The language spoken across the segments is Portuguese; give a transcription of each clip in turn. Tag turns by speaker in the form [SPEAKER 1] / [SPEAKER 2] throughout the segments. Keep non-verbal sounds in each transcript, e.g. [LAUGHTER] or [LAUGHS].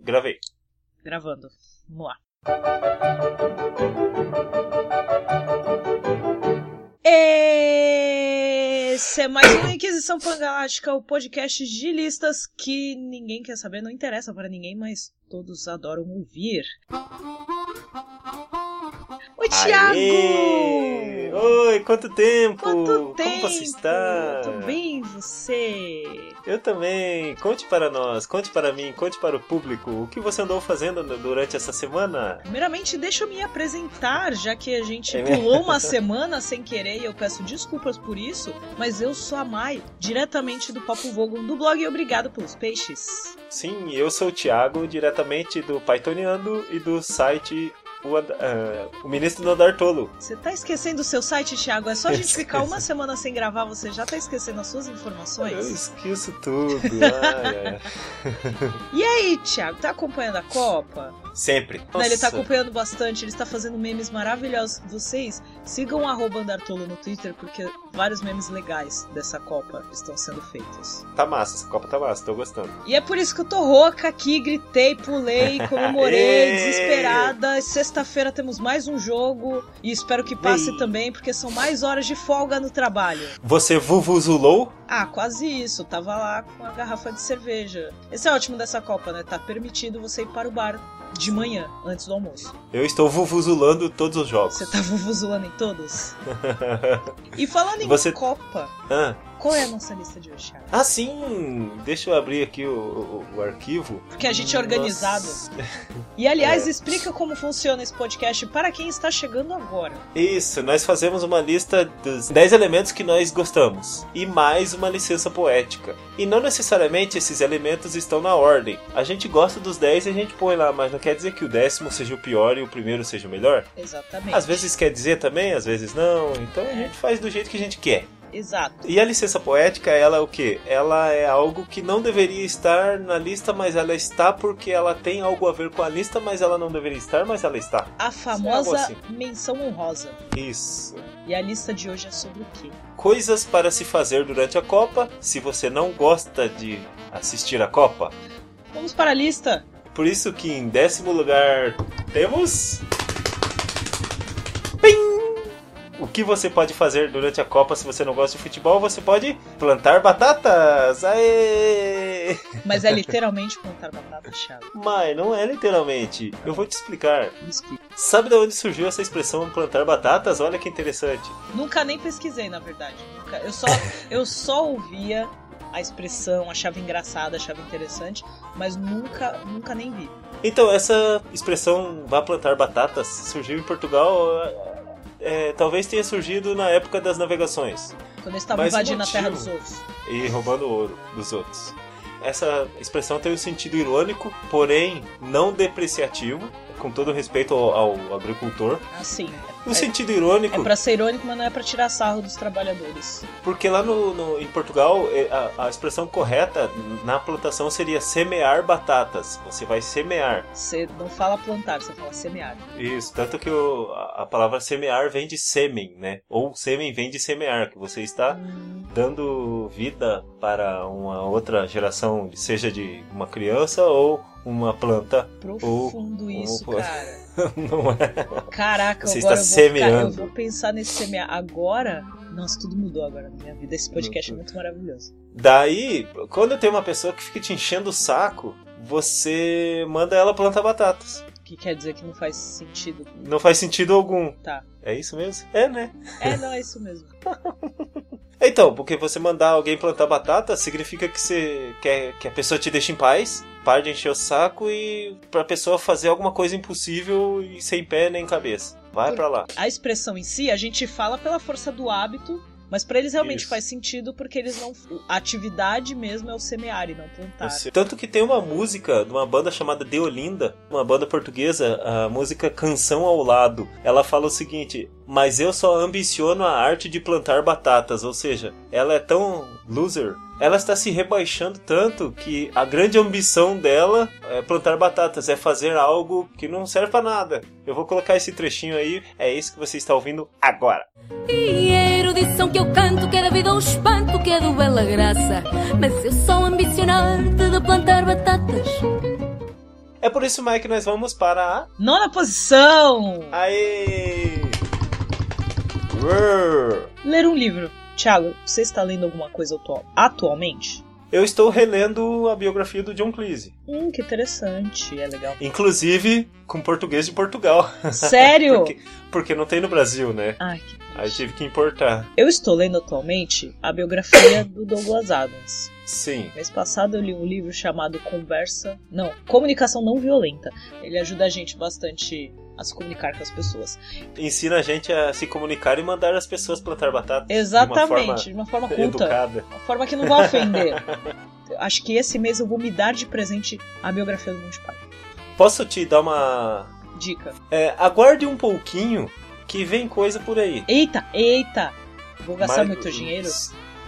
[SPEAKER 1] Gravei.
[SPEAKER 2] Gravando. Vamos lá. Esse é mais uma Inquisição Pangalática, o podcast de listas que ninguém quer saber, não interessa para ninguém, mas todos adoram ouvir. Oi,
[SPEAKER 1] Aê!
[SPEAKER 2] Thiago!
[SPEAKER 1] Oi, quanto tempo!
[SPEAKER 2] Quanto tempo!
[SPEAKER 1] Como você está?
[SPEAKER 2] Tudo bem, você?
[SPEAKER 1] Eu também. Conte para nós, conte para mim, conte para o público. O que você andou fazendo no- durante essa semana?
[SPEAKER 2] Primeiramente, deixa eu me apresentar, já que a gente
[SPEAKER 1] É mesmo?
[SPEAKER 2] pulou uma semana sem querer e eu peço desculpas por isso, mas eu sou a Mai, diretamente do Papo Vogo do blog Obrigado pelos Peixes.
[SPEAKER 1] Sim, eu sou o Thiago, diretamente do Pythoniando e do site O, Ad- ah, o Ministro do Adartolo.
[SPEAKER 2] Você tá esquecendo o seu site, Thiago? É só a gente
[SPEAKER 1] Esqueci.
[SPEAKER 2] ficar uma semana sem gravar, você já tá esquecendo as suas
[SPEAKER 1] Eu
[SPEAKER 2] informações?
[SPEAKER 1] esqueço tudo. [LAUGHS] Ai, ai.
[SPEAKER 2] E aí, Thiago, tá acompanhando a Copa?
[SPEAKER 1] Sempre.
[SPEAKER 2] Né, ele tá
[SPEAKER 1] Nossa.
[SPEAKER 2] acompanhando bastante, ele está fazendo memes maravilhosos. Vocês sigam o arroba Andartolo no Twitter, porque vários memes legais dessa Copa estão sendo feitos.
[SPEAKER 1] Tá massa, essa Copa tá massa, tô gostando.
[SPEAKER 2] E é por isso que eu tô rouca aqui, gritei, pulei,
[SPEAKER 1] [LAUGHS]
[SPEAKER 2] comemorei,
[SPEAKER 1] Aê!
[SPEAKER 2] desesperada. Sexta-feira temos mais um jogo e espero que passe
[SPEAKER 1] Ei.
[SPEAKER 2] também, porque são mais horas de folga no trabalho.
[SPEAKER 1] Você vuvuzulou?
[SPEAKER 2] Ah, quase isso. Tava lá com a garrafa de cerveja. Esse é ótimo dessa Copa, né? Tá permitido você ir para o bar de manhã, antes do almoço.
[SPEAKER 1] Eu estou vuvuzulando todos os jogos.
[SPEAKER 2] Você tá vuvuzulando em
[SPEAKER 1] [LAUGHS]
[SPEAKER 2] todos? E falando em
[SPEAKER 1] Você-
[SPEAKER 2] Copa,
[SPEAKER 1] Ah.
[SPEAKER 2] qual é a nossa lista de hoje, Thiago?
[SPEAKER 1] Ah, sim! Deixa eu abrir aqui o, o- o arquivo.
[SPEAKER 2] Porque a gente é organizado.
[SPEAKER 1] Nossa.
[SPEAKER 2] E
[SPEAKER 1] É.
[SPEAKER 2] aliás, explica como funciona esse podcast para quem está chegando agora.
[SPEAKER 1] Isso, nós fazemos uma lista dos 10 elementos que nós gostamos. E mais uma licença poética. E não necessariamente esses elementos estão na ordem. A gente gosta dos 10 e a gente põe lá, mas não quer dizer que o décimo seja o pior e o primeiro seja o melhor.
[SPEAKER 2] Exatamente.
[SPEAKER 1] Às vezes quer dizer também, às vezes não. Então a gente faz do jeito que a gente quer.
[SPEAKER 2] Exato.
[SPEAKER 1] E a licença poética, ela é o quê? Ela é algo que não deveria estar na lista, mas ela está porque ela tem algo a ver com a lista, mas ela não deveria estar, mas ela está.
[SPEAKER 2] A famosa
[SPEAKER 1] Será
[SPEAKER 2] menção honrosa.
[SPEAKER 1] Isso.
[SPEAKER 2] E a lista de hoje é sobre o quê?
[SPEAKER 1] Coisas para se fazer durante a Copa, se você não gosta de assistir a Copa.
[SPEAKER 2] Vamos para a lista.
[SPEAKER 1] Por isso que em décimo lugar temos. Pim! O que você pode fazer durante a Copa se você não gosta de futebol? Você pode plantar batatas! Aê!
[SPEAKER 2] Mas é literalmente plantar batata, Thiago.
[SPEAKER 1] Mas não é literalmente. Eu vou te explicar.
[SPEAKER 2] Me explica.
[SPEAKER 1] Sabe de onde surgiu essa expressão plantar batatas? Olha que interessante.
[SPEAKER 2] Nunca nem pesquisei, na verdade. Nunca. Eu só, eu só ouvia a expressão, achava engraçada, achava interessante, mas nunca, nunca nem vi.
[SPEAKER 1] Então, essa expressão vá plantar batatas surgiu em Portugal. é, é, talvez tenha surgido na época das navegações
[SPEAKER 2] Quando eles estavam
[SPEAKER 1] Mas o
[SPEAKER 2] invadindo a terra dos
[SPEAKER 1] motivo?
[SPEAKER 2] ovos.
[SPEAKER 1] e roubando ouro dos outros. Essa expressão tem um sentido irônico, porém não depreciativo, com todo respeito ao, ao agricultor.
[SPEAKER 2] Assim.
[SPEAKER 1] No
[SPEAKER 2] é,
[SPEAKER 1] sentido irônico.
[SPEAKER 2] é pra ser irônico, mas não é pra tirar sarro dos trabalhadores.
[SPEAKER 1] Porque lá no, no- em Portugal, eh, a, a expressão correta na plantação seria semear batatas. Você vai semear.
[SPEAKER 2] Você não fala plantar, você fala semear.
[SPEAKER 1] Isso, tanto que o- a, a palavra semear vem de sêmen, né? Ou sêmen vem de semear, que você está
[SPEAKER 2] Hum,
[SPEAKER 1] dando vida para uma outra geração, seja de uma criança ou uma planta. [LAUGHS]
[SPEAKER 2] Profundo isso,
[SPEAKER 1] ou-
[SPEAKER 2] cara.
[SPEAKER 1] Não é?
[SPEAKER 2] Caraca,
[SPEAKER 1] Você
[SPEAKER 2] agora
[SPEAKER 1] está
[SPEAKER 2] eu vou, ficar- eu
[SPEAKER 1] semeando.
[SPEAKER 2] vou pensar nesse semear. Agora, nossa, tudo mudou agora na minha vida. Esse podcast é
[SPEAKER 1] Tudo.
[SPEAKER 2] muito maravilhoso.
[SPEAKER 1] Daí, quando tem uma pessoa que fica te enchendo o saco, você manda ela plantar batatas.
[SPEAKER 2] Que quer dizer que não faz sentido.
[SPEAKER 1] Não faz sentido algum.
[SPEAKER 2] Tá.
[SPEAKER 1] É isso mesmo? É, né?
[SPEAKER 2] É, não, é isso mesmo.
[SPEAKER 1] Então, porque você mandar alguém plantar batata significa que você quer que a pessoa te deixe em paz, pare de encher o saco e pra pessoa fazer alguma coisa impossível e sem pé nem cabeça. Vai pra lá.
[SPEAKER 2] A expressão em si, a gente fala pela força do hábito, mas pra eles realmente
[SPEAKER 1] Isso.
[SPEAKER 2] faz sentido porque eles não. A atividade mesmo é o semear e não plantar.
[SPEAKER 1] Você- Tanto que tem uma música de uma banda chamada Deolinda, uma banda portuguesa, a música Canção ao Lado. Ela fala o seguinte: Mas eu só ambiciono a arte de plantar batatas, ou seja, ela é tão loser. Ela está se rebaixando tanto que a grande ambição dela é plantar batatas, é fazer algo que não serve para nada. Eu vou colocar esse trechinho aí, é isso que você está ouvindo agora.
[SPEAKER 3] E a erudição que eu canto, que é da vida o espanto, que é do bela graça. Mas eu sou ambicionante de plantar batatas.
[SPEAKER 1] É por isso, Mike, nós vamos para
[SPEAKER 2] Nona posição!
[SPEAKER 1] a. Aê! Rrr.
[SPEAKER 2] Ler um livro. Thiago, você está lendo alguma coisa atual- atualmente?
[SPEAKER 1] Eu estou relendo a biografia do John Cleese.
[SPEAKER 2] Hum, que interessante.
[SPEAKER 1] [LAUGHS]
[SPEAKER 2] É legal.
[SPEAKER 1] Inclusive com português de Portugal. [LAUGHS]
[SPEAKER 2] Sério?
[SPEAKER 1] Porque, porque não tem no Brasil, né?
[SPEAKER 2] Ai, que
[SPEAKER 1] Aí tive que importar.
[SPEAKER 2] Eu estou lendo atualmente a biografia do Douglas Adams.
[SPEAKER 1] Sim.
[SPEAKER 2] Mês passado eu li um livro chamado Conversa. Não, Comunicação Não Violenta. Ele ajuda a gente bastante a se comunicar com as pessoas.
[SPEAKER 1] Ensina a gente a se comunicar e mandar as pessoas plantar batata.
[SPEAKER 2] Exatamente, de uma
[SPEAKER 1] De uma forma
[SPEAKER 2] forma, culta.
[SPEAKER 1] educada.
[SPEAKER 2] Uma forma que não vai ofender. Eu Acho que esse mês eu vou me dar de presente a biografia do Monty Python.
[SPEAKER 1] Posso te dar uma.
[SPEAKER 2] Dica.
[SPEAKER 1] É, aguarde um pouquinho que vem coisa por aí.
[SPEAKER 2] Eita, eita! Vou gastar
[SPEAKER 1] Mas-
[SPEAKER 2] muito dinheiro?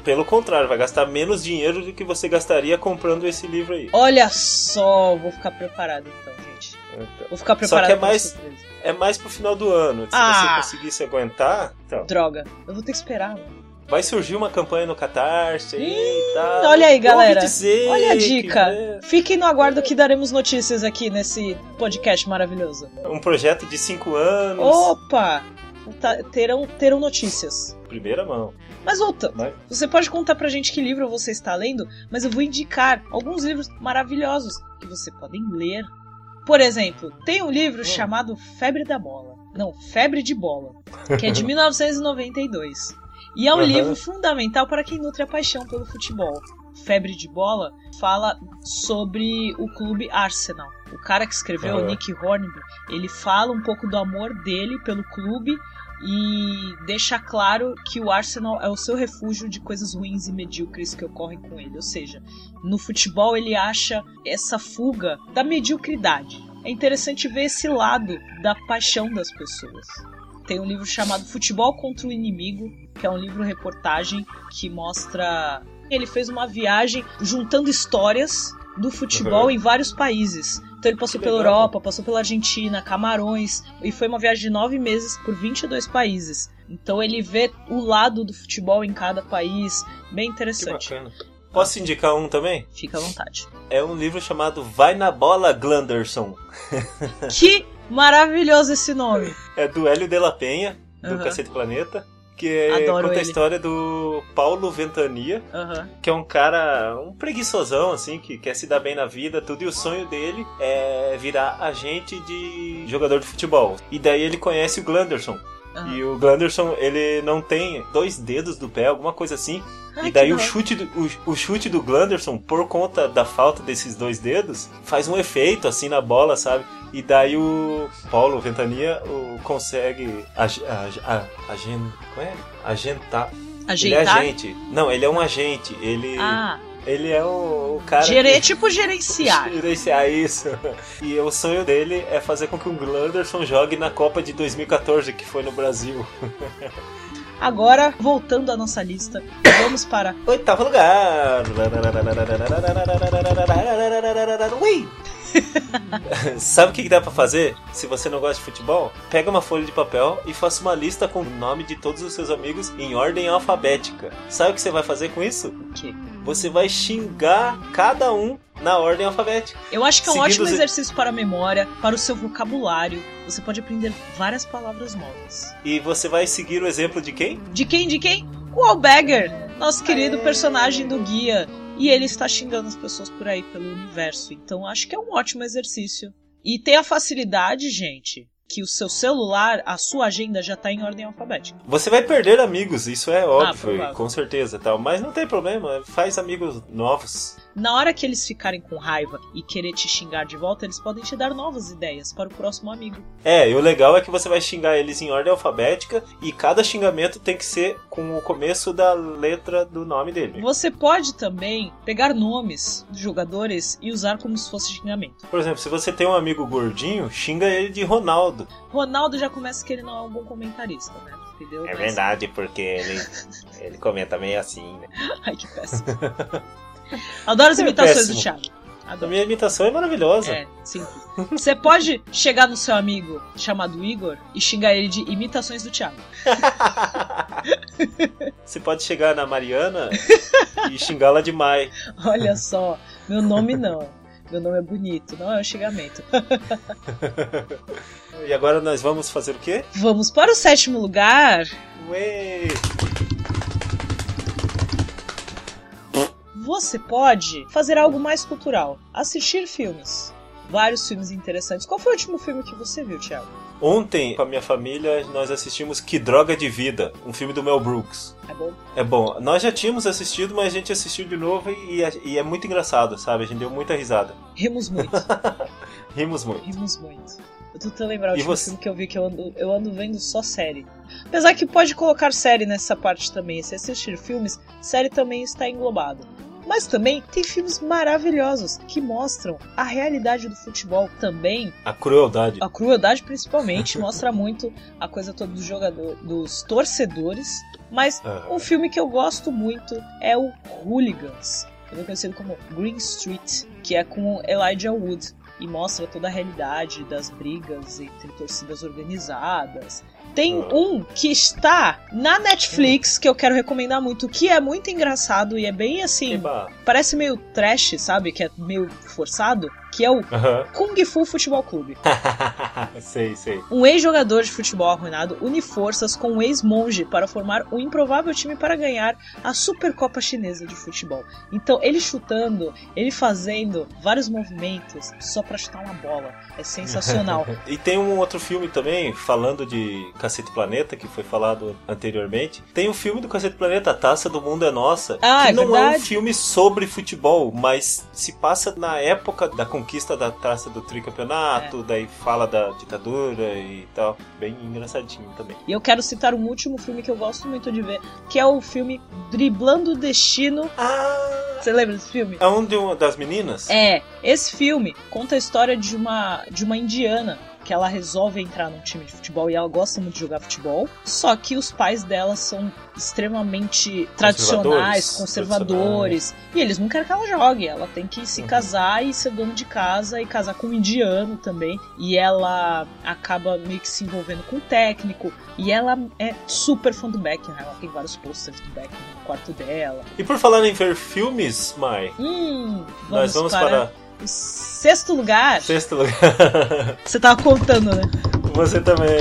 [SPEAKER 1] Pelo contrário, vai gastar menos dinheiro do que você gastaria comprando esse livro aí.
[SPEAKER 2] Olha só, vou ficar preparado então, gente.
[SPEAKER 1] Então,
[SPEAKER 2] Vou ficar
[SPEAKER 1] que é
[SPEAKER 2] preparado pra
[SPEAKER 1] mais-
[SPEAKER 2] surpresa.
[SPEAKER 1] É mais pro final do ano. Se
[SPEAKER 2] Ah!
[SPEAKER 1] você conseguisse aguentar, então,
[SPEAKER 2] Droga, eu vou ter que esperar. mano.
[SPEAKER 1] vai surgir uma campanha no Catarse aí e tal.
[SPEAKER 2] olha aí,
[SPEAKER 1] Ouvi
[SPEAKER 2] galera.
[SPEAKER 1] dizer
[SPEAKER 2] Olha a
[SPEAKER 1] que,
[SPEAKER 2] dica.
[SPEAKER 1] né,
[SPEAKER 2] Fiquem no aguardo que daremos notícias aqui nesse podcast maravilhoso.
[SPEAKER 1] um projeto de cinco anos.
[SPEAKER 2] Opa! Tá- terão, terão notícias.
[SPEAKER 1] Primeira mão.
[SPEAKER 2] Mas volta,
[SPEAKER 1] Mas-
[SPEAKER 2] você pode contar pra gente que livro você está lendo, mas eu vou indicar alguns livros maravilhosos que você podem ler. Por exemplo, tem um livro chamado Febre da Bola. Não, Febre de Bola, que é de 1992. E é um
[SPEAKER 1] Aham.
[SPEAKER 2] livro fundamental para quem nutre a paixão pelo futebol. Febre de Bola fala sobre o clube Arsenal. O cara que escreveu,
[SPEAKER 1] Aham.
[SPEAKER 2] Nick Hornby, ele fala um pouco do amor dele pelo clube e deixa claro que o Arsenal é o seu refúgio de coisas ruins e medíocres que ocorrem com ele. Ou seja, no futebol ele acha essa fuga da mediocridade. É interessante ver esse lado da paixão das pessoas. Tem um livro chamado Futebol contra o Inimigo, que é um livro reportagem que mostra. Ele fez uma viagem juntando histórias do futebol
[SPEAKER 1] Uhum.
[SPEAKER 2] em vários países. Então ele passou
[SPEAKER 1] Que
[SPEAKER 2] pela
[SPEAKER 1] legal.
[SPEAKER 2] Europa, passou pela Argentina, Camarões, e foi uma viagem de nove meses por 22 países. Então ele vê o lado do futebol em cada país, bem
[SPEAKER 1] Que
[SPEAKER 2] interessante.
[SPEAKER 1] bacana. Posso indicar um também?
[SPEAKER 2] Fica à vontade. [LAUGHS]
[SPEAKER 1] É um livro chamado Vai na Bola, Glanderson.
[SPEAKER 2] que maravilhoso
[SPEAKER 1] [LAUGHS]
[SPEAKER 2] esse nome!
[SPEAKER 1] É do Hélio de la Penha, do
[SPEAKER 2] Aham,
[SPEAKER 1] Cacete Planeta, que é,
[SPEAKER 2] Adoro
[SPEAKER 1] conta a
[SPEAKER 2] ele.
[SPEAKER 1] história do Paulo Ventania,
[SPEAKER 2] aham.
[SPEAKER 1] que é um cara, um preguiçosão, assim, que quer se dar bem na vida, tudo, e o sonho dele é virar agente de jogador de futebol. E daí ele conhece o Glanderson.
[SPEAKER 2] aham.
[SPEAKER 1] E o Glanderson, ele não tem dois dedos do pé, alguma coisa assim.
[SPEAKER 2] Ai,
[SPEAKER 1] e daí
[SPEAKER 2] que
[SPEAKER 1] o
[SPEAKER 2] da hora.
[SPEAKER 1] chute, do, o, o chute do Glanderson, por conta da falta desses dois dedos, faz um efeito assim na bola, sabe? E daí o Paulo Ventania o, consegue ag, ag, ag, agen- como é? agentar. Ele é
[SPEAKER 2] Ajeitar?
[SPEAKER 1] agente. Não, ele é um agente. Ele,
[SPEAKER 2] Ah,
[SPEAKER 1] ele é o, o cara. que-
[SPEAKER 2] gere- tipo gerenciar.
[SPEAKER 1] Gerenciar isso. [LAUGHS] E o sonho dele é fazer com que o Glanderson jogue na Copa de 2014, que foi no Brasil.
[SPEAKER 2] Agora, voltando à nossa lista, vamos para.
[SPEAKER 1] Oitavo lugar. Ui! [LAUGHS] Sabe o que que dá pra fazer? Se você não gosta de futebol, pega uma folha de papel e faça uma lista com o nome de todos os seus amigos em ordem alfabética. Sabe o que você vai fazer com isso?
[SPEAKER 2] O quê?
[SPEAKER 1] Você vai xingar cada um na ordem alfabética.
[SPEAKER 2] Eu acho que é um
[SPEAKER 1] Seguindo
[SPEAKER 2] ótimo
[SPEAKER 1] os-
[SPEAKER 2] exercício para a memória, para o seu vocabulário. Você pode aprender várias palavras novas.
[SPEAKER 1] E você vai seguir o exemplo de quem?
[SPEAKER 2] De quem? De quem? O Alberger, nosso querido personagem do guia. E ele está xingando as pessoas por aí pelo universo. Então acho que é um ótimo exercício. E tem a facilidade, gente, que o seu celular, a sua agenda já está em ordem alfabética.
[SPEAKER 1] Você vai perder amigos, isso é óbvio,
[SPEAKER 2] provável.
[SPEAKER 1] com certeza, tal. Mas não tem problema, faz amigos novos.
[SPEAKER 2] Na hora que eles ficarem com raiva e querer te xingar de volta, eles podem te dar novas ideias para o próximo amigo.
[SPEAKER 1] É, e o legal é que você vai xingar eles em ordem alfabética e cada xingamento tem que ser com o começo da letra do nome dele.
[SPEAKER 2] Você pode também pegar nomes de jogadores e usar como se fosse xingamento.
[SPEAKER 1] Por exemplo, se você tem um amigo gordinho, xinga ele de Ronaldo.
[SPEAKER 2] Ronaldo já começa que ele não é um bom comentarista, né? Entendeu?
[SPEAKER 1] É
[SPEAKER 2] Mas-
[SPEAKER 1] porque ele, ele comenta meio assim, né?
[SPEAKER 2] [LAUGHS] Ai, que péssimo. Adoro as
[SPEAKER 1] É
[SPEAKER 2] imitações do
[SPEAKER 1] péssimo.
[SPEAKER 2] Thiago.
[SPEAKER 1] A
[SPEAKER 2] Adoro.
[SPEAKER 1] minha imitação é maravilhosa.
[SPEAKER 2] É, simples. Você pode chegar no seu amigo chamado Igor e xingar ele de imitações do Thiago. [LAUGHS]
[SPEAKER 1] Você pode chegar [LAUGHS] na Mariana e xingá-la de Mai.
[SPEAKER 2] Olha só, meu nome não. Meu nome é bonito, não é um xingamento.
[SPEAKER 1] E agora nós vamos fazer o quê?
[SPEAKER 2] Vamos para o sétimo lugar.
[SPEAKER 1] Ué!
[SPEAKER 2] Você pode fazer algo mais cultural, assistir filmes. Vários filmes interessantes. Qual foi o último filme que você viu, Thiago?
[SPEAKER 1] Ontem, com a minha família, nós assistimos Que Droga de Vida, um filme do Mel Brooks.
[SPEAKER 2] É bom?
[SPEAKER 1] É bom, nós já tínhamos assistido, mas a gente assistiu de novo e, e é muito engraçado, sabe? A gente deu muita risada.
[SPEAKER 2] Rimos
[SPEAKER 1] [LAUGHS]
[SPEAKER 2] muito,
[SPEAKER 1] Rimos muito.
[SPEAKER 2] rimos muito. Eu tô tentando lembrar o
[SPEAKER 1] E
[SPEAKER 2] último
[SPEAKER 1] você?
[SPEAKER 2] filme que eu vi que eu ando, eu ando vendo só série. Apesar que pode colocar série nessa parte também. Se assistir filmes, série também está englobado. Mas também tem filmes maravilhosos que mostram a realidade do futebol também
[SPEAKER 1] A crueldade.
[SPEAKER 2] a
[SPEAKER 1] [LAUGHS]
[SPEAKER 2] crueldade principalmente mostra muito a coisa toda do jogador, dos torcedores, mas
[SPEAKER 1] Aham.
[SPEAKER 2] um filme que eu gosto muito é o Hooligans, também conhecido como Green Street, que é com Elijah Wood e mostra toda a realidade das brigas entre torcidas organizadas. Tem
[SPEAKER 1] Ah.
[SPEAKER 2] um que está na Netflix que eu quero recomendar muito, que é muito engraçado e é bem assim,
[SPEAKER 1] Eba.
[SPEAKER 2] parece meio trash, sabe? Que é meio forçado, que é o
[SPEAKER 1] Aham. [LAUGHS]
[SPEAKER 2] Kung Fu Futebol Clube.
[SPEAKER 1] sei, sei.
[SPEAKER 2] Um ex-jogador de futebol arruinado une forças com um ex-monge para formar um improvável time para ganhar a Supercopa Chinesa de Futebol. Então, ele chutando, ele fazendo vários movimentos só para chutar uma bola. É sensacional.
[SPEAKER 1] E tem um outro filme também, falando de Cacete Planeta, que foi falado anteriormente. Tem um filme do Cacete Planeta, A Taça do Mundo é Nossa,
[SPEAKER 2] Ah,
[SPEAKER 1] que
[SPEAKER 2] é
[SPEAKER 1] não é um
[SPEAKER 2] verdade.
[SPEAKER 1] filme sobre futebol, mas se passa na época da conquista da taça do
[SPEAKER 2] É.
[SPEAKER 1] tricampeonato, daí fala da ditadura e tal. Bem engraçadinho também.
[SPEAKER 2] e eu quero citar um último filme que eu gosto muito de ver, que é o filme Driblando o Destino.
[SPEAKER 1] Ah!
[SPEAKER 2] Você lembra desse filme?
[SPEAKER 1] É um de uma das meninas?
[SPEAKER 2] É, esse filme conta a história de uma, de uma indiana que ela resolve entrar num time de futebol e ela gosta muito de jogar futebol. Só que os pais dela são extremamente tradicionais, conservadores, e eles não querem que ela jogue. Ela tem que se
[SPEAKER 1] Uhum.
[SPEAKER 2] casar e ser dona de casa e casar com um indiano também. E ela acaba meio que se envolvendo com o técnico. E ela é super fã do Beckham. Ela tem vários posters do Beckham no quarto dela.
[SPEAKER 1] E por falar em ver filmes, Mai,
[SPEAKER 2] Hum, vamos,
[SPEAKER 1] nós vamos para,
[SPEAKER 2] o sexto lugar.
[SPEAKER 1] sexto lugar. [LAUGHS]
[SPEAKER 2] Você tava contando, né?
[SPEAKER 1] Você também.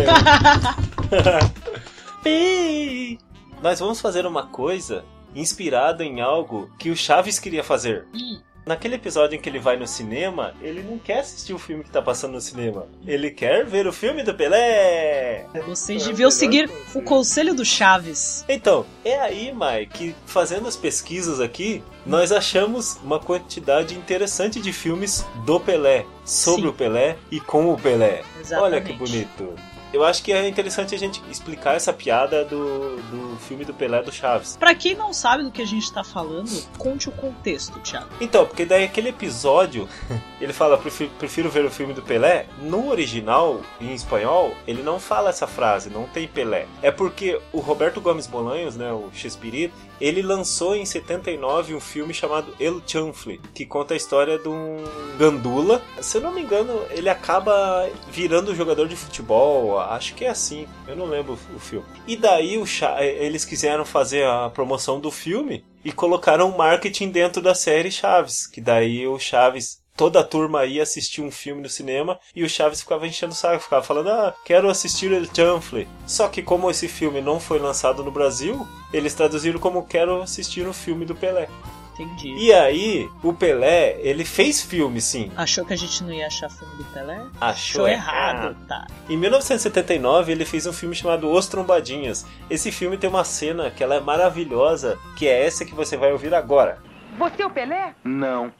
[SPEAKER 1] Pi. Nós vamos fazer uma coisa inspirada em algo que o Chaves queria fazer.
[SPEAKER 2] Hum.
[SPEAKER 1] Naquele episódio em que ele vai no cinema, ele não quer assistir o filme que tá passando no cinema. Ele quer ver o filme do Pelé.
[SPEAKER 2] Vocês
[SPEAKER 1] É o
[SPEAKER 2] deviam
[SPEAKER 1] melhor
[SPEAKER 2] seguir
[SPEAKER 1] conselho.
[SPEAKER 2] o conselho do Chaves.
[SPEAKER 1] Então, é aí, Mai, que fazendo as pesquisas aqui, nós achamos uma quantidade interessante de filmes do Pelé, sobre
[SPEAKER 2] Sim.
[SPEAKER 1] o Pelé e com o Pelé.
[SPEAKER 2] Exatamente.
[SPEAKER 1] Olha que bonito. Eu acho que é interessante a gente explicar essa piada do, do filme do Pelé do Chaves.
[SPEAKER 2] Pra quem não sabe do que a gente tá falando, conte o contexto, Thiago.
[SPEAKER 1] Então, porque daí aquele episódio, [LAUGHS] ele fala, "Prefi- prefiro ver o filme do Pelé. No original, em espanhol, ele não fala essa frase, não tem Pelé. É porque o Roberto Gomes Bolanhos, né, o Chespirito, ele lançou em 79 um filme chamado El Chanfle, que conta a história de um gandula. Se eu não me engano, ele acaba virando jogador de futebol, acho que é assim, eu não lembro o filme. E daí o Cha- eles quiseram fazer a promoção do filme e colocaram marketing dentro da série Chaves, que daí o Chaves Toda a turma ia assistir um filme no cinema e o Chaves ficava enchendo o saco, ficava falando, ah, quero assistir El Chanfle. Só que como esse filme não foi lançado no Brasil, eles traduziram como quero assistir o filme do Pelé.
[SPEAKER 2] Entendi.
[SPEAKER 1] E aí, o Pelé, ele fez filme, sim.
[SPEAKER 2] Achou que a gente não ia achar filme do Pelé?
[SPEAKER 1] Achou errado.
[SPEAKER 2] errado, tá.
[SPEAKER 1] Em 1979, ele fez um filme chamado Os Trombadinhas. Esse filme tem uma cena que ela é maravilhosa, que é essa que você vai ouvir agora.
[SPEAKER 4] Você é o Pelé?
[SPEAKER 5] Não.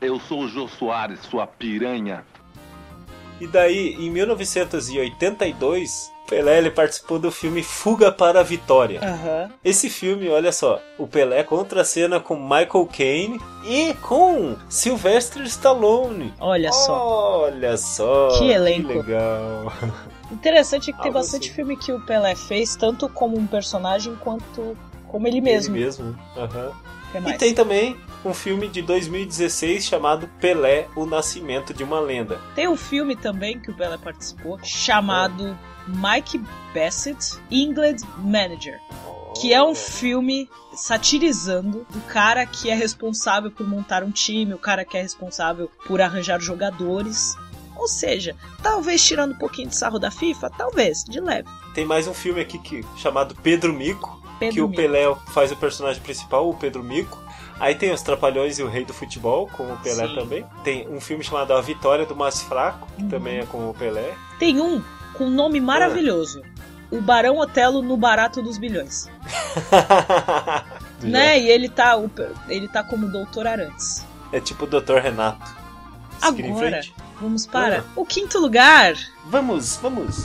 [SPEAKER 5] Eu sou o Jô Soares, sua piranha.
[SPEAKER 1] E daí, em 1982, Pelé ele participou do filme Fuga para a Vitória.
[SPEAKER 2] Aham.
[SPEAKER 1] Esse filme, olha só, o Pelé contra a cena com Michael Caine e com Sylvester Stallone.
[SPEAKER 2] Olha só.
[SPEAKER 1] Olha só.
[SPEAKER 2] Que elenco.
[SPEAKER 1] Que legal.
[SPEAKER 2] Interessante que tem
[SPEAKER 1] Algo
[SPEAKER 2] bastante
[SPEAKER 1] assim.
[SPEAKER 2] filme que o Pelé fez, tanto como um personagem quanto como ele mesmo.
[SPEAKER 1] Ele mesmo. aham.
[SPEAKER 2] Até
[SPEAKER 1] E
[SPEAKER 2] mais.
[SPEAKER 1] tem também um filme de 2016 chamado Pelé, o Nascimento de uma Lenda.
[SPEAKER 2] Tem um filme também que o Bella
[SPEAKER 1] Oh.
[SPEAKER 2] participou, chamado Mike Bassett, England Manager. que é um filme satirizando o cara que é responsável por montar um time, o cara que é responsável por arranjar jogadores. Ou seja, talvez tirando um pouquinho de sarro da FIFA, talvez, de leve.
[SPEAKER 1] Tem mais um filme aqui que, chamado Pedro Mico,
[SPEAKER 2] Pedro
[SPEAKER 1] que o
[SPEAKER 2] Mil.
[SPEAKER 1] Pelé faz o personagem principal, o Pedro Mico. Aí tem os Trapalhões e o Rei do Futebol, com o Pelé
[SPEAKER 2] Sim.
[SPEAKER 1] também. Tem um filme chamado A Vitória do Mais Fraco, que
[SPEAKER 2] Uhum.
[SPEAKER 1] também é com o Pelé.
[SPEAKER 2] Tem um com um
[SPEAKER 1] É.
[SPEAKER 2] nome maravilhoso. O Barão Otelo no Barato dos Bilhões.
[SPEAKER 1] [LAUGHS] Do
[SPEAKER 2] Né? E ele tá, o- ele tá como Doutor Arantes.
[SPEAKER 1] jeito. É tipo o Dr. Renato. Seguir em
[SPEAKER 2] Agora.
[SPEAKER 1] frente.
[SPEAKER 2] Vamos para
[SPEAKER 1] É.
[SPEAKER 2] o quinto lugar.
[SPEAKER 1] Vamos, vamos.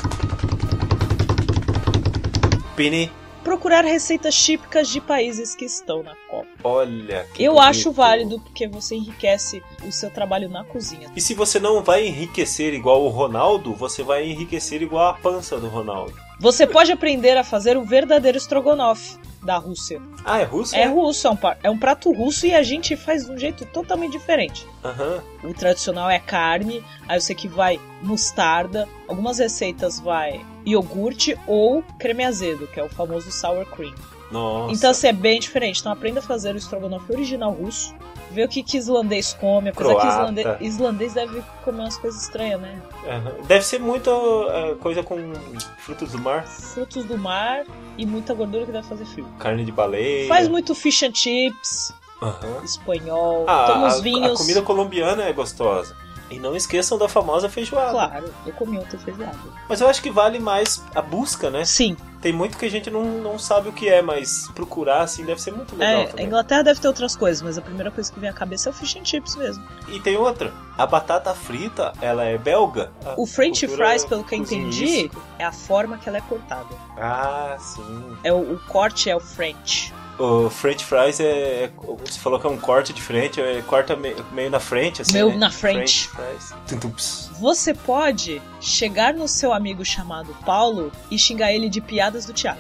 [SPEAKER 1] Pini,
[SPEAKER 2] Procurar receitas típicas de países que estão na Copa.
[SPEAKER 1] olha. que
[SPEAKER 2] Eu
[SPEAKER 1] bonito.
[SPEAKER 2] acho válido porque você enriquece o seu trabalho na cozinha.
[SPEAKER 1] E se você não vai enriquecer igual o Ronaldo, você vai enriquecer igual a pança do Ronaldo.
[SPEAKER 2] Você pode aprender a fazer o verdadeiro estrogonofe da Rússia.
[SPEAKER 1] Ah, é russo?
[SPEAKER 2] É russo, é um, pa- é um prato russo e a gente faz de um jeito totalmente diferente.
[SPEAKER 1] Aham.
[SPEAKER 2] O tradicional é carne, aí você que vai mostarda, algumas receitas vai iogurte ou creme azedo, que é o famoso sour cream.
[SPEAKER 1] Nossa.
[SPEAKER 2] Então assim, é bem diferente. Então aprenda a fazer o estrogonofe original russo, ver o que, que islandês come, apesar que
[SPEAKER 1] Croata.
[SPEAKER 2] islandês, islandês deve comer umas coisas estranhas, né?
[SPEAKER 1] Aham. Deve ser muita ah, coisa com frutos do mar,
[SPEAKER 2] frutos do mar e muita gordura que deve fazer frio.
[SPEAKER 1] carne de baleia.
[SPEAKER 2] Faz muito fish and chips,
[SPEAKER 1] Aham.
[SPEAKER 2] espanhol,
[SPEAKER 1] Ah,
[SPEAKER 2] toma
[SPEAKER 1] a,
[SPEAKER 2] uns vinhos.
[SPEAKER 1] a comida colombiana é gostosa. E não esqueçam da famosa feijoada.
[SPEAKER 2] Claro, eu comi ontem feijoada.
[SPEAKER 1] Mas eu acho que vale mais a busca, né?
[SPEAKER 2] Sim,
[SPEAKER 1] Tem muito que a gente não, não sabe o que é, mas procurar assim deve ser muito legal
[SPEAKER 2] é, a
[SPEAKER 1] também.
[SPEAKER 2] Inglaterra deve ter outras coisas, mas a primeira coisa que vem à cabeça é o fish and chips mesmo.
[SPEAKER 1] E tem outra. A batata frita, ela é belga. A
[SPEAKER 2] O French
[SPEAKER 1] cultura
[SPEAKER 2] fries, pelo que eu entendi,
[SPEAKER 1] cozinhista.
[SPEAKER 2] é a forma que ela é cortada.
[SPEAKER 1] Ah, sim.
[SPEAKER 2] É o, o corte é o French.
[SPEAKER 1] O French fries é, é- Você falou que é um corte de frente, é, corta me- meio na frente, assim.
[SPEAKER 2] Meio
[SPEAKER 1] né?
[SPEAKER 2] na frente.
[SPEAKER 1] fries. Tum, tum, ps.
[SPEAKER 2] Você pode chegar no seu amigo chamado Paulo e xingar ele de piadas do Thiago.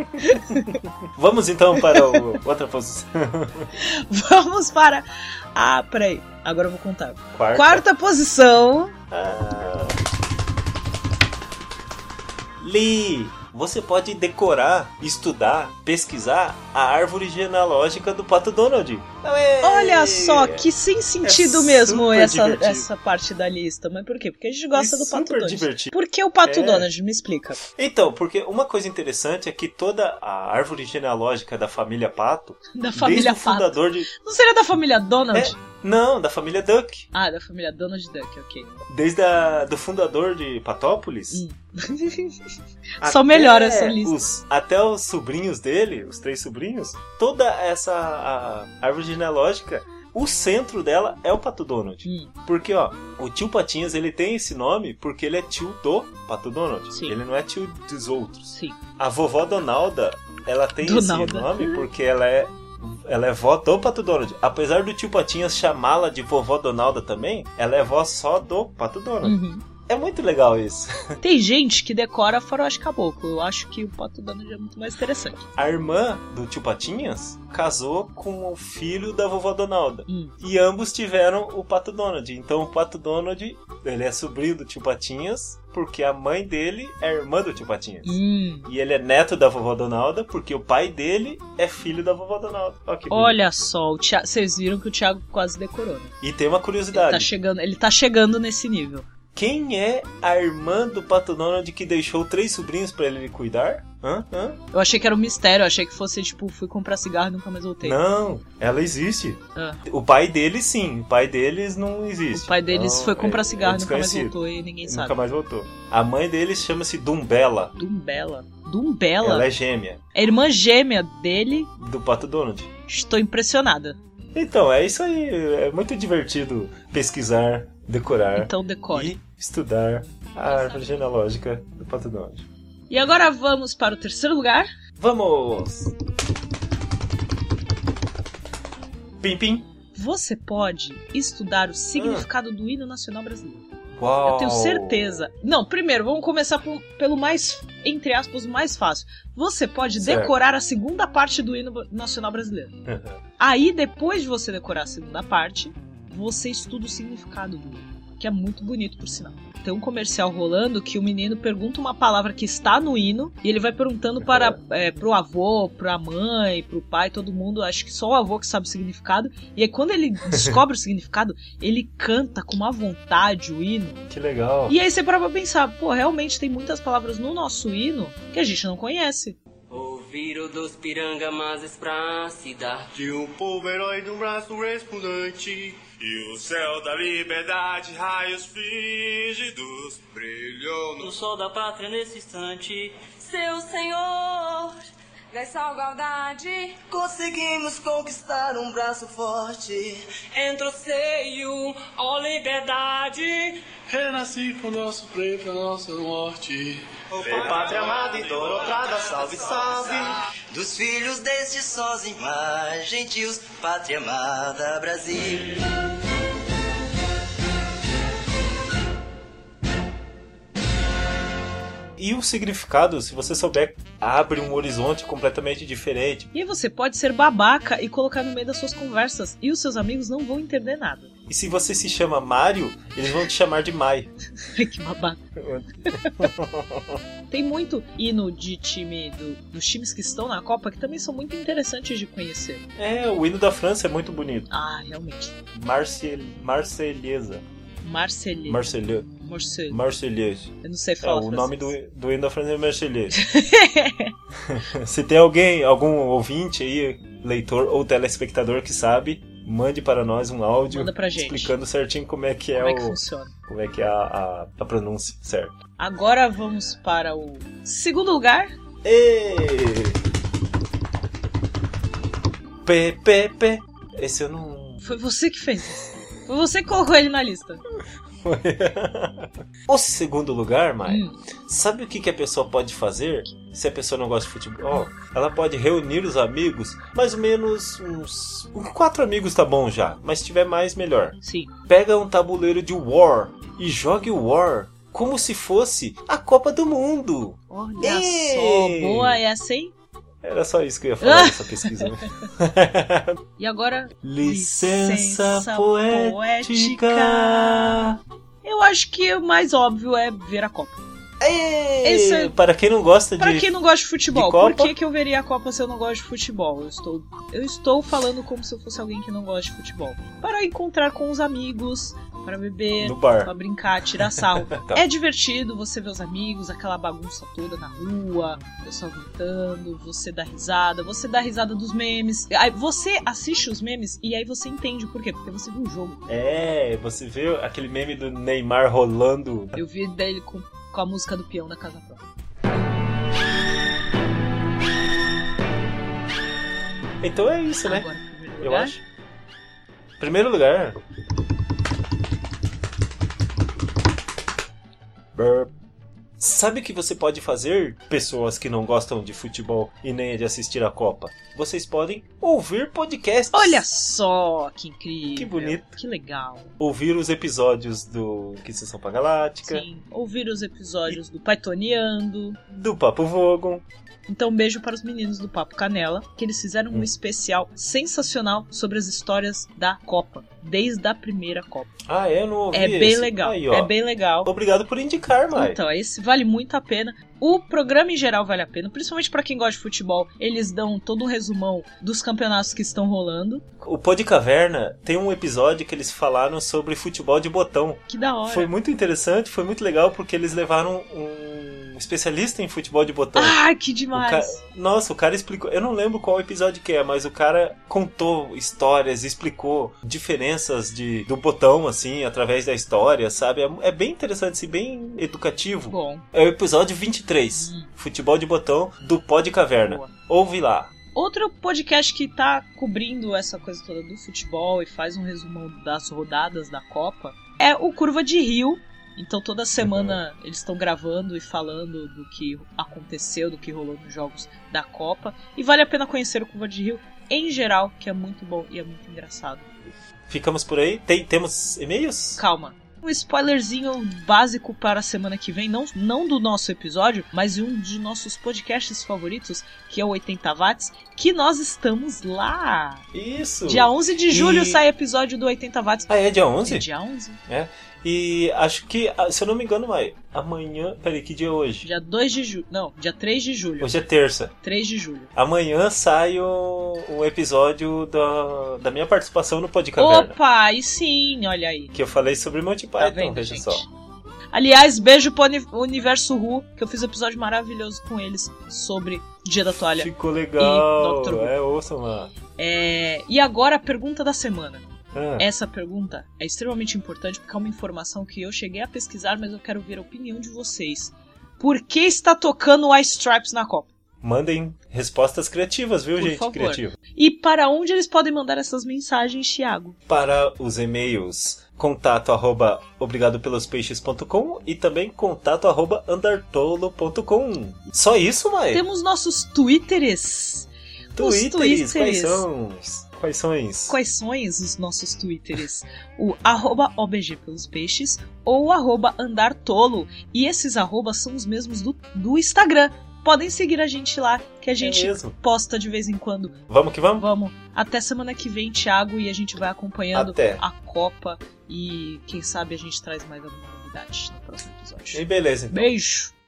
[SPEAKER 2] [LAUGHS]
[SPEAKER 1] Vamos então para o, [LAUGHS] outra posição.
[SPEAKER 2] Vamos para. Ah, peraí. Agora eu vou contar.
[SPEAKER 1] Quarta.
[SPEAKER 2] Quarta posição.
[SPEAKER 1] Ah. Li, você pode decorar, estudar, pesquisar a árvore genealógica do Pato Donald. Aê!
[SPEAKER 2] Olha só, que sem sentido
[SPEAKER 1] É
[SPEAKER 2] mesmo
[SPEAKER 1] super
[SPEAKER 2] essa,
[SPEAKER 1] divertido.
[SPEAKER 2] essa parte da lista. Mas por quê? Porque a gente gosta
[SPEAKER 1] É
[SPEAKER 2] do Pato
[SPEAKER 1] super
[SPEAKER 2] Donald.
[SPEAKER 1] divertido.
[SPEAKER 2] Por que o Pato
[SPEAKER 1] É.
[SPEAKER 2] Donald? Me explica.
[SPEAKER 1] Então, porque uma coisa interessante é que toda a árvore genealógica da família Pato,
[SPEAKER 2] Da família
[SPEAKER 1] desde o É.
[SPEAKER 2] Pato.
[SPEAKER 1] fundador de.
[SPEAKER 2] Não seria da família Donald?
[SPEAKER 1] Não, da família Duck.
[SPEAKER 2] Ah, da família Donald Duck,
[SPEAKER 1] [LAUGHS]
[SPEAKER 2] ok.
[SPEAKER 1] Desde a, do fundador de Patópolis.
[SPEAKER 2] Hum. Só melhora essa lista.
[SPEAKER 1] os- até os sobrinhos dele, os três sobrinhos, toda essa a- árvore genealógica, o centro dela é o Pato Donald.
[SPEAKER 2] Hum,
[SPEAKER 1] Porque, ó, o tio Patinhas, ele tem esse nome porque ele é tio do Pato Donald.
[SPEAKER 2] Sim.
[SPEAKER 1] Ele não é tio dos outros.
[SPEAKER 2] sim.
[SPEAKER 1] A vovó Donalda, ela tem esse
[SPEAKER 2] Donalda.
[SPEAKER 1] nome porque ela é ela é vó do Pato Donald. Apesar do tio Patinhas chamá-la de vovó Donalda também, ela é vó só do Pato Donald.
[SPEAKER 2] Uhum.
[SPEAKER 1] É muito legal isso.
[SPEAKER 2] Tem gente que decora faroeste caboclo. Eu acho que o Pato Donald é muito mais interessante.
[SPEAKER 1] A irmã do tio Patinhas casou com o filho da vovó Donalda.
[SPEAKER 2] Hum.
[SPEAKER 1] E ambos tiveram o Pato Donald. Então o Pato Donald, ele é sobrinho do tio Patinhas, porque a mãe dele é a irmã do tio Patinhas.
[SPEAKER 2] Hum,
[SPEAKER 1] E ele é neto da vovó Donalda, porque o pai dele é filho da vovó Donalda. Ó, que bonito.
[SPEAKER 2] Olha só, o Thi- vocês viram que o Thiago quase decorou, né?
[SPEAKER 1] E tem uma
[SPEAKER 2] Ele tá,
[SPEAKER 1] curiosidade.
[SPEAKER 2] chegando, ele tá chegando nesse nível.
[SPEAKER 1] Quem é a irmã do Pato Donald que deixou três sobrinhos pra ele cuidar? Hã? Hã?
[SPEAKER 2] Eu achei que era um mistério, eu achei que fosse tipo, fui comprar cigarro e nunca mais voltei.
[SPEAKER 1] Não, ela existe.
[SPEAKER 2] Ah.
[SPEAKER 1] O pai deles sim, o pai deles não existe.
[SPEAKER 2] O pai deles
[SPEAKER 1] Então,
[SPEAKER 2] foi comprar
[SPEAKER 1] é-
[SPEAKER 2] cigarro
[SPEAKER 1] é
[SPEAKER 2] e nunca mais
[SPEAKER 1] desconhecido.
[SPEAKER 2] voltou e ninguém
[SPEAKER 1] Nunca
[SPEAKER 2] sabe.
[SPEAKER 1] mais voltou. A mãe deles chama-se Dumbella.
[SPEAKER 2] Dumbela.
[SPEAKER 1] Ela?
[SPEAKER 2] Dumbela?
[SPEAKER 1] é gêmea
[SPEAKER 2] É irmã gêmea dele.
[SPEAKER 1] do Pato Donald.
[SPEAKER 2] Estou impressionada.
[SPEAKER 1] Então, é isso aí. É muito divertido pesquisar, decorar
[SPEAKER 2] Então
[SPEAKER 1] É.
[SPEAKER 2] decore.
[SPEAKER 1] e estudar a árvore genealógica do Pato Donald.
[SPEAKER 2] E agora vamos para o terceiro lugar.
[SPEAKER 1] Vamos! Pim, pim.
[SPEAKER 2] Você pode estudar o significado
[SPEAKER 1] Ah.
[SPEAKER 2] do hino nacional brasileiro.
[SPEAKER 1] Uau!
[SPEAKER 2] Eu tenho certeza. Não, primeiro, vamos começar por- pelo mais, entre aspas, mais fácil. Você pode
[SPEAKER 1] Certo.
[SPEAKER 2] decorar a segunda parte do hino nacional
[SPEAKER 1] [LAUGHS]
[SPEAKER 2] brasileiro. Aí, depois de você decorar a segunda parte, você estuda o significado do hino. que é muito bonito, por sinal. Tem um comercial rolando que o menino pergunta uma palavra que está no hino e ele vai
[SPEAKER 1] [LAUGHS]
[SPEAKER 2] perguntando para é, pro avô, pra mãe, pro pai, todo mundo. Acho que só o avô que sabe o significado. E aí, quando ele descobre o [LAUGHS] significado, ele canta com uma vontade o hino.
[SPEAKER 1] Que legal.
[SPEAKER 2] E aí você para pra pensar, pô, realmente tem muitas palavras no nosso hino que a gente não conhece.
[SPEAKER 4] Ouviram dos piranga, mas espracida.
[SPEAKER 6] De um povo herói de um braço resplandante E o céu da liberdade, raios frígidos Brilhou no...
[SPEAKER 4] No sol da pátria nesse instante. Seu senhor,
[SPEAKER 7] da igualdade.
[SPEAKER 4] conseguimos conquistar um braço forte. Entre o seio, ó liberdade.
[SPEAKER 6] Renasci com nosso preto, a nossa morte
[SPEAKER 8] Ô pátria amada e idolatrada, salve, salve.
[SPEAKER 9] Dos filhos destes sós mais gentios, pátria amada Brasil.
[SPEAKER 1] E o significado, se você souber, abre um horizonte completamente diferente.
[SPEAKER 2] E aí você pode ser babaca e colocar no meio das suas conversas e os seus amigos não vão entender nada. [LAUGHS]
[SPEAKER 1] E se você se chama Mario, eles vão te chamar de Mai.
[SPEAKER 2] que babaca.
[SPEAKER 1] [LAUGHS]
[SPEAKER 2] Tem muito hino de time do- dos times que estão na Copa que também são muito interessantes de conhecer.
[SPEAKER 1] É, o hino da França é muito bonito.
[SPEAKER 2] Ah, realmente.
[SPEAKER 1] Marcel, Marselhesa.
[SPEAKER 2] Marcelinho.
[SPEAKER 1] Marselhe,
[SPEAKER 2] Marcelo.
[SPEAKER 1] Marselhesa.
[SPEAKER 2] Eu não sei
[SPEAKER 1] É,
[SPEAKER 2] falar.
[SPEAKER 1] o
[SPEAKER 2] francês.
[SPEAKER 1] nome do, do hino da França é Marselhesa. [LAUGHS] se tem alguém, algum ouvinte aí, leitor ou telespectador que sabe, mande para nós um áudio
[SPEAKER 2] Manda pra gente.
[SPEAKER 1] explicando certinho como é que é,
[SPEAKER 2] Como é que
[SPEAKER 1] o,
[SPEAKER 2] funciona?
[SPEAKER 1] como é que é a, a, a pronúncia, certo?
[SPEAKER 2] Agora vamos para o segundo lugar.
[SPEAKER 1] Ê! Pê, pê, pê. Esse eu não.
[SPEAKER 2] Foi você que fez isso. Foi você que colocou ele na lista.
[SPEAKER 1] [LAUGHS] o segundo lugar, Mai,
[SPEAKER 2] Hum.
[SPEAKER 1] sabe o que, que a pessoa pode fazer se a pessoa não gosta de futebol? Ela pode reunir os amigos, mais ou menos uns. uns Quatro amigos tá bom já, mas se tiver mais, melhor.
[SPEAKER 2] Sim.
[SPEAKER 1] Pega um tabuleiro de War e jogue o War como se fosse a Copa do Mundo.
[SPEAKER 2] Olha
[SPEAKER 1] Ei!
[SPEAKER 2] só, boa essa, hein?
[SPEAKER 1] Era só isso que eu ia falar dessa pesquisa. né?
[SPEAKER 2] E agora
[SPEAKER 1] Licença,
[SPEAKER 2] Licença
[SPEAKER 1] poética.
[SPEAKER 2] Eu acho que o mais óbvio é ver a Copa.
[SPEAKER 1] Ei,
[SPEAKER 2] Isso é-
[SPEAKER 1] Para quem não gosta
[SPEAKER 2] Pra
[SPEAKER 1] de.
[SPEAKER 2] quem não gosta de futebol,
[SPEAKER 1] de
[SPEAKER 2] por
[SPEAKER 1] Copa?
[SPEAKER 2] que, que eu veria a Copa se eu não gosto de futebol? Eu estou, eu estou falando como se eu fosse alguém que não gosta de futebol. Para encontrar com os amigos, para beber,
[SPEAKER 1] No bar.
[SPEAKER 2] para brincar, tirar sarro.
[SPEAKER 1] [LAUGHS] Tá.
[SPEAKER 2] É divertido você ver os amigos, aquela bagunça toda na rua, o pessoal gritando, você dá risada, você dá risada dos memes. Aí você assiste os memes e aí você entende por quê, porque você viu o jogo.
[SPEAKER 1] É, você viu aquele meme do Neymar rolando
[SPEAKER 2] Eu vi dele com, com a música do peão da Casa Própria.
[SPEAKER 1] Então é isso, né?
[SPEAKER 2] Agora, em primeiro
[SPEAKER 1] Eu
[SPEAKER 2] lugar,
[SPEAKER 1] acho. Primeiro lugar. Burp. Sabe o que você pode fazer, pessoas que não gostam de futebol e nem de assistir a Copa? Vocês podem ouvir podcasts.
[SPEAKER 2] Olha só que incrível.
[SPEAKER 1] Que bonito.
[SPEAKER 2] Que legal.
[SPEAKER 1] Ouvir os episódios do Que Sessão pra Galáctica,
[SPEAKER 2] Sim. Ouvir os episódios do Paitoneando.
[SPEAKER 1] do Papo Vogon.
[SPEAKER 2] Então, um beijo para os meninos do Papo Canela, que eles fizeram um
[SPEAKER 1] Hum.
[SPEAKER 2] especial sensacional sobre as histórias da Copa, desde a primeira Copa.
[SPEAKER 1] Ah, é? Eu não ouvi
[SPEAKER 2] é bem
[SPEAKER 1] esse.
[SPEAKER 2] legal.
[SPEAKER 1] Aí, ó.
[SPEAKER 2] é bem legal.
[SPEAKER 1] Obrigado por indicar, Mai.
[SPEAKER 2] Então, esse vale muito a pena. O programa em geral vale a pena, principalmente para quem gosta de futebol. Eles dão todo um resumão dos campeonatos que estão rolando.
[SPEAKER 1] O Pô de Caverna tem um episódio que eles falaram sobre futebol de botão.
[SPEAKER 2] Que da hora.
[SPEAKER 1] Foi muito interessante, foi muito legal, porque eles levaram um especialista em futebol de botão.
[SPEAKER 2] Ah, que
[SPEAKER 1] O
[SPEAKER 2] demais!
[SPEAKER 1] ca- Nossa, o cara explicou. Eu não lembro qual episódio que é, mas o cara contou histórias, explicou diferenças de, do botão, assim, através da história, sabe? É, é bem interessante, assim, bem educativo.
[SPEAKER 2] Bom,
[SPEAKER 1] É o episódio 23,
[SPEAKER 2] Hum.
[SPEAKER 1] Futebol de Botão, do Pó de Caverna.
[SPEAKER 2] Boa.
[SPEAKER 1] Ouve lá.
[SPEAKER 2] outro podcast que tá cobrindo essa coisa toda do futebol e faz um resumão das rodadas da Copa é o Curva de Rio. Então toda semana eles estão gravando e falando do que aconteceu, do que rolou nos jogos da Copa. E vale a pena conhecer o Curva de Rio em geral, que é muito bom e é muito engraçado.
[SPEAKER 1] Ficamos por aí? Tem- temos e-mails?
[SPEAKER 2] Calma. Um spoilerzinho básico para a semana que vem, não, não do nosso episódio, mas de um de nossos podcasts favoritos, que é o 80 Watts, que nós estamos lá.
[SPEAKER 1] Isso!
[SPEAKER 2] Dia 11 de
[SPEAKER 1] E-
[SPEAKER 2] julho sai episódio do 80 Watts.
[SPEAKER 1] Ah, é dia
[SPEAKER 2] É
[SPEAKER 1] 11?
[SPEAKER 2] dia 11?
[SPEAKER 1] E acho que, ah, se eu não me engano, vai, amanhã. Peraí, que dia é hoje?
[SPEAKER 2] Dia 2 de julho. Não, dia 3 de julho.
[SPEAKER 1] Hoje é terça.
[SPEAKER 2] 3 de julho.
[SPEAKER 1] Amanhã sai o, o episódio da, da minha participação no Podcaverna.
[SPEAKER 2] Opa, aí sim, olha aí.
[SPEAKER 1] Que eu falei sobre Monty Python,
[SPEAKER 2] Tá vendo,
[SPEAKER 1] veja
[SPEAKER 2] gente?
[SPEAKER 1] só.
[SPEAKER 2] Aliás, beijo pro Uni- Universo Ru, que eu fiz um episódio maravilhoso com eles sobre Dia da Toalha.
[SPEAKER 1] Ficou legal.
[SPEAKER 2] Dr. Who.
[SPEAKER 1] É, ouça, mano.
[SPEAKER 2] É, E agora a pergunta da semana.
[SPEAKER 1] Ah,
[SPEAKER 2] Essa pergunta é extremamente importante porque é uma informação que eu cheguei a pesquisar, mas eu quero ver a opinião de vocês. Por que está tocando o Ice Stripes na Copa?
[SPEAKER 1] Mandem respostas criativas, viu,
[SPEAKER 2] Por
[SPEAKER 1] gente?
[SPEAKER 2] favor.
[SPEAKER 1] Criativa.
[SPEAKER 2] E para onde eles podem mandar essas mensagens, Thiago?
[SPEAKER 1] Para os e-mails, contato arroba obrigadopelospeixes.com e também contato arroba andartolo.com. Só isso, mãe?
[SPEAKER 2] Temos nossos Twitters. os
[SPEAKER 1] Twitters, quais
[SPEAKER 2] Twitters.
[SPEAKER 1] são? Quais são? isso?
[SPEAKER 2] Quais são os nossos Twitters? O arroba OBG pelos peixes ou o arroba andar tolo. E esses arrobas são os mesmos do, do Instagram. Podem seguir a gente lá, que a gente
[SPEAKER 1] É mesmo.
[SPEAKER 2] posta de vez em quando.
[SPEAKER 1] Vamos que vamos?
[SPEAKER 2] Vamos, até semana que vem, Thiago, e a gente vai acompanhando
[SPEAKER 1] Até.
[SPEAKER 2] a Copa. E quem sabe a gente traz mais alguma novidade no próximo episódio.
[SPEAKER 1] E beleza, então.
[SPEAKER 2] Beijo!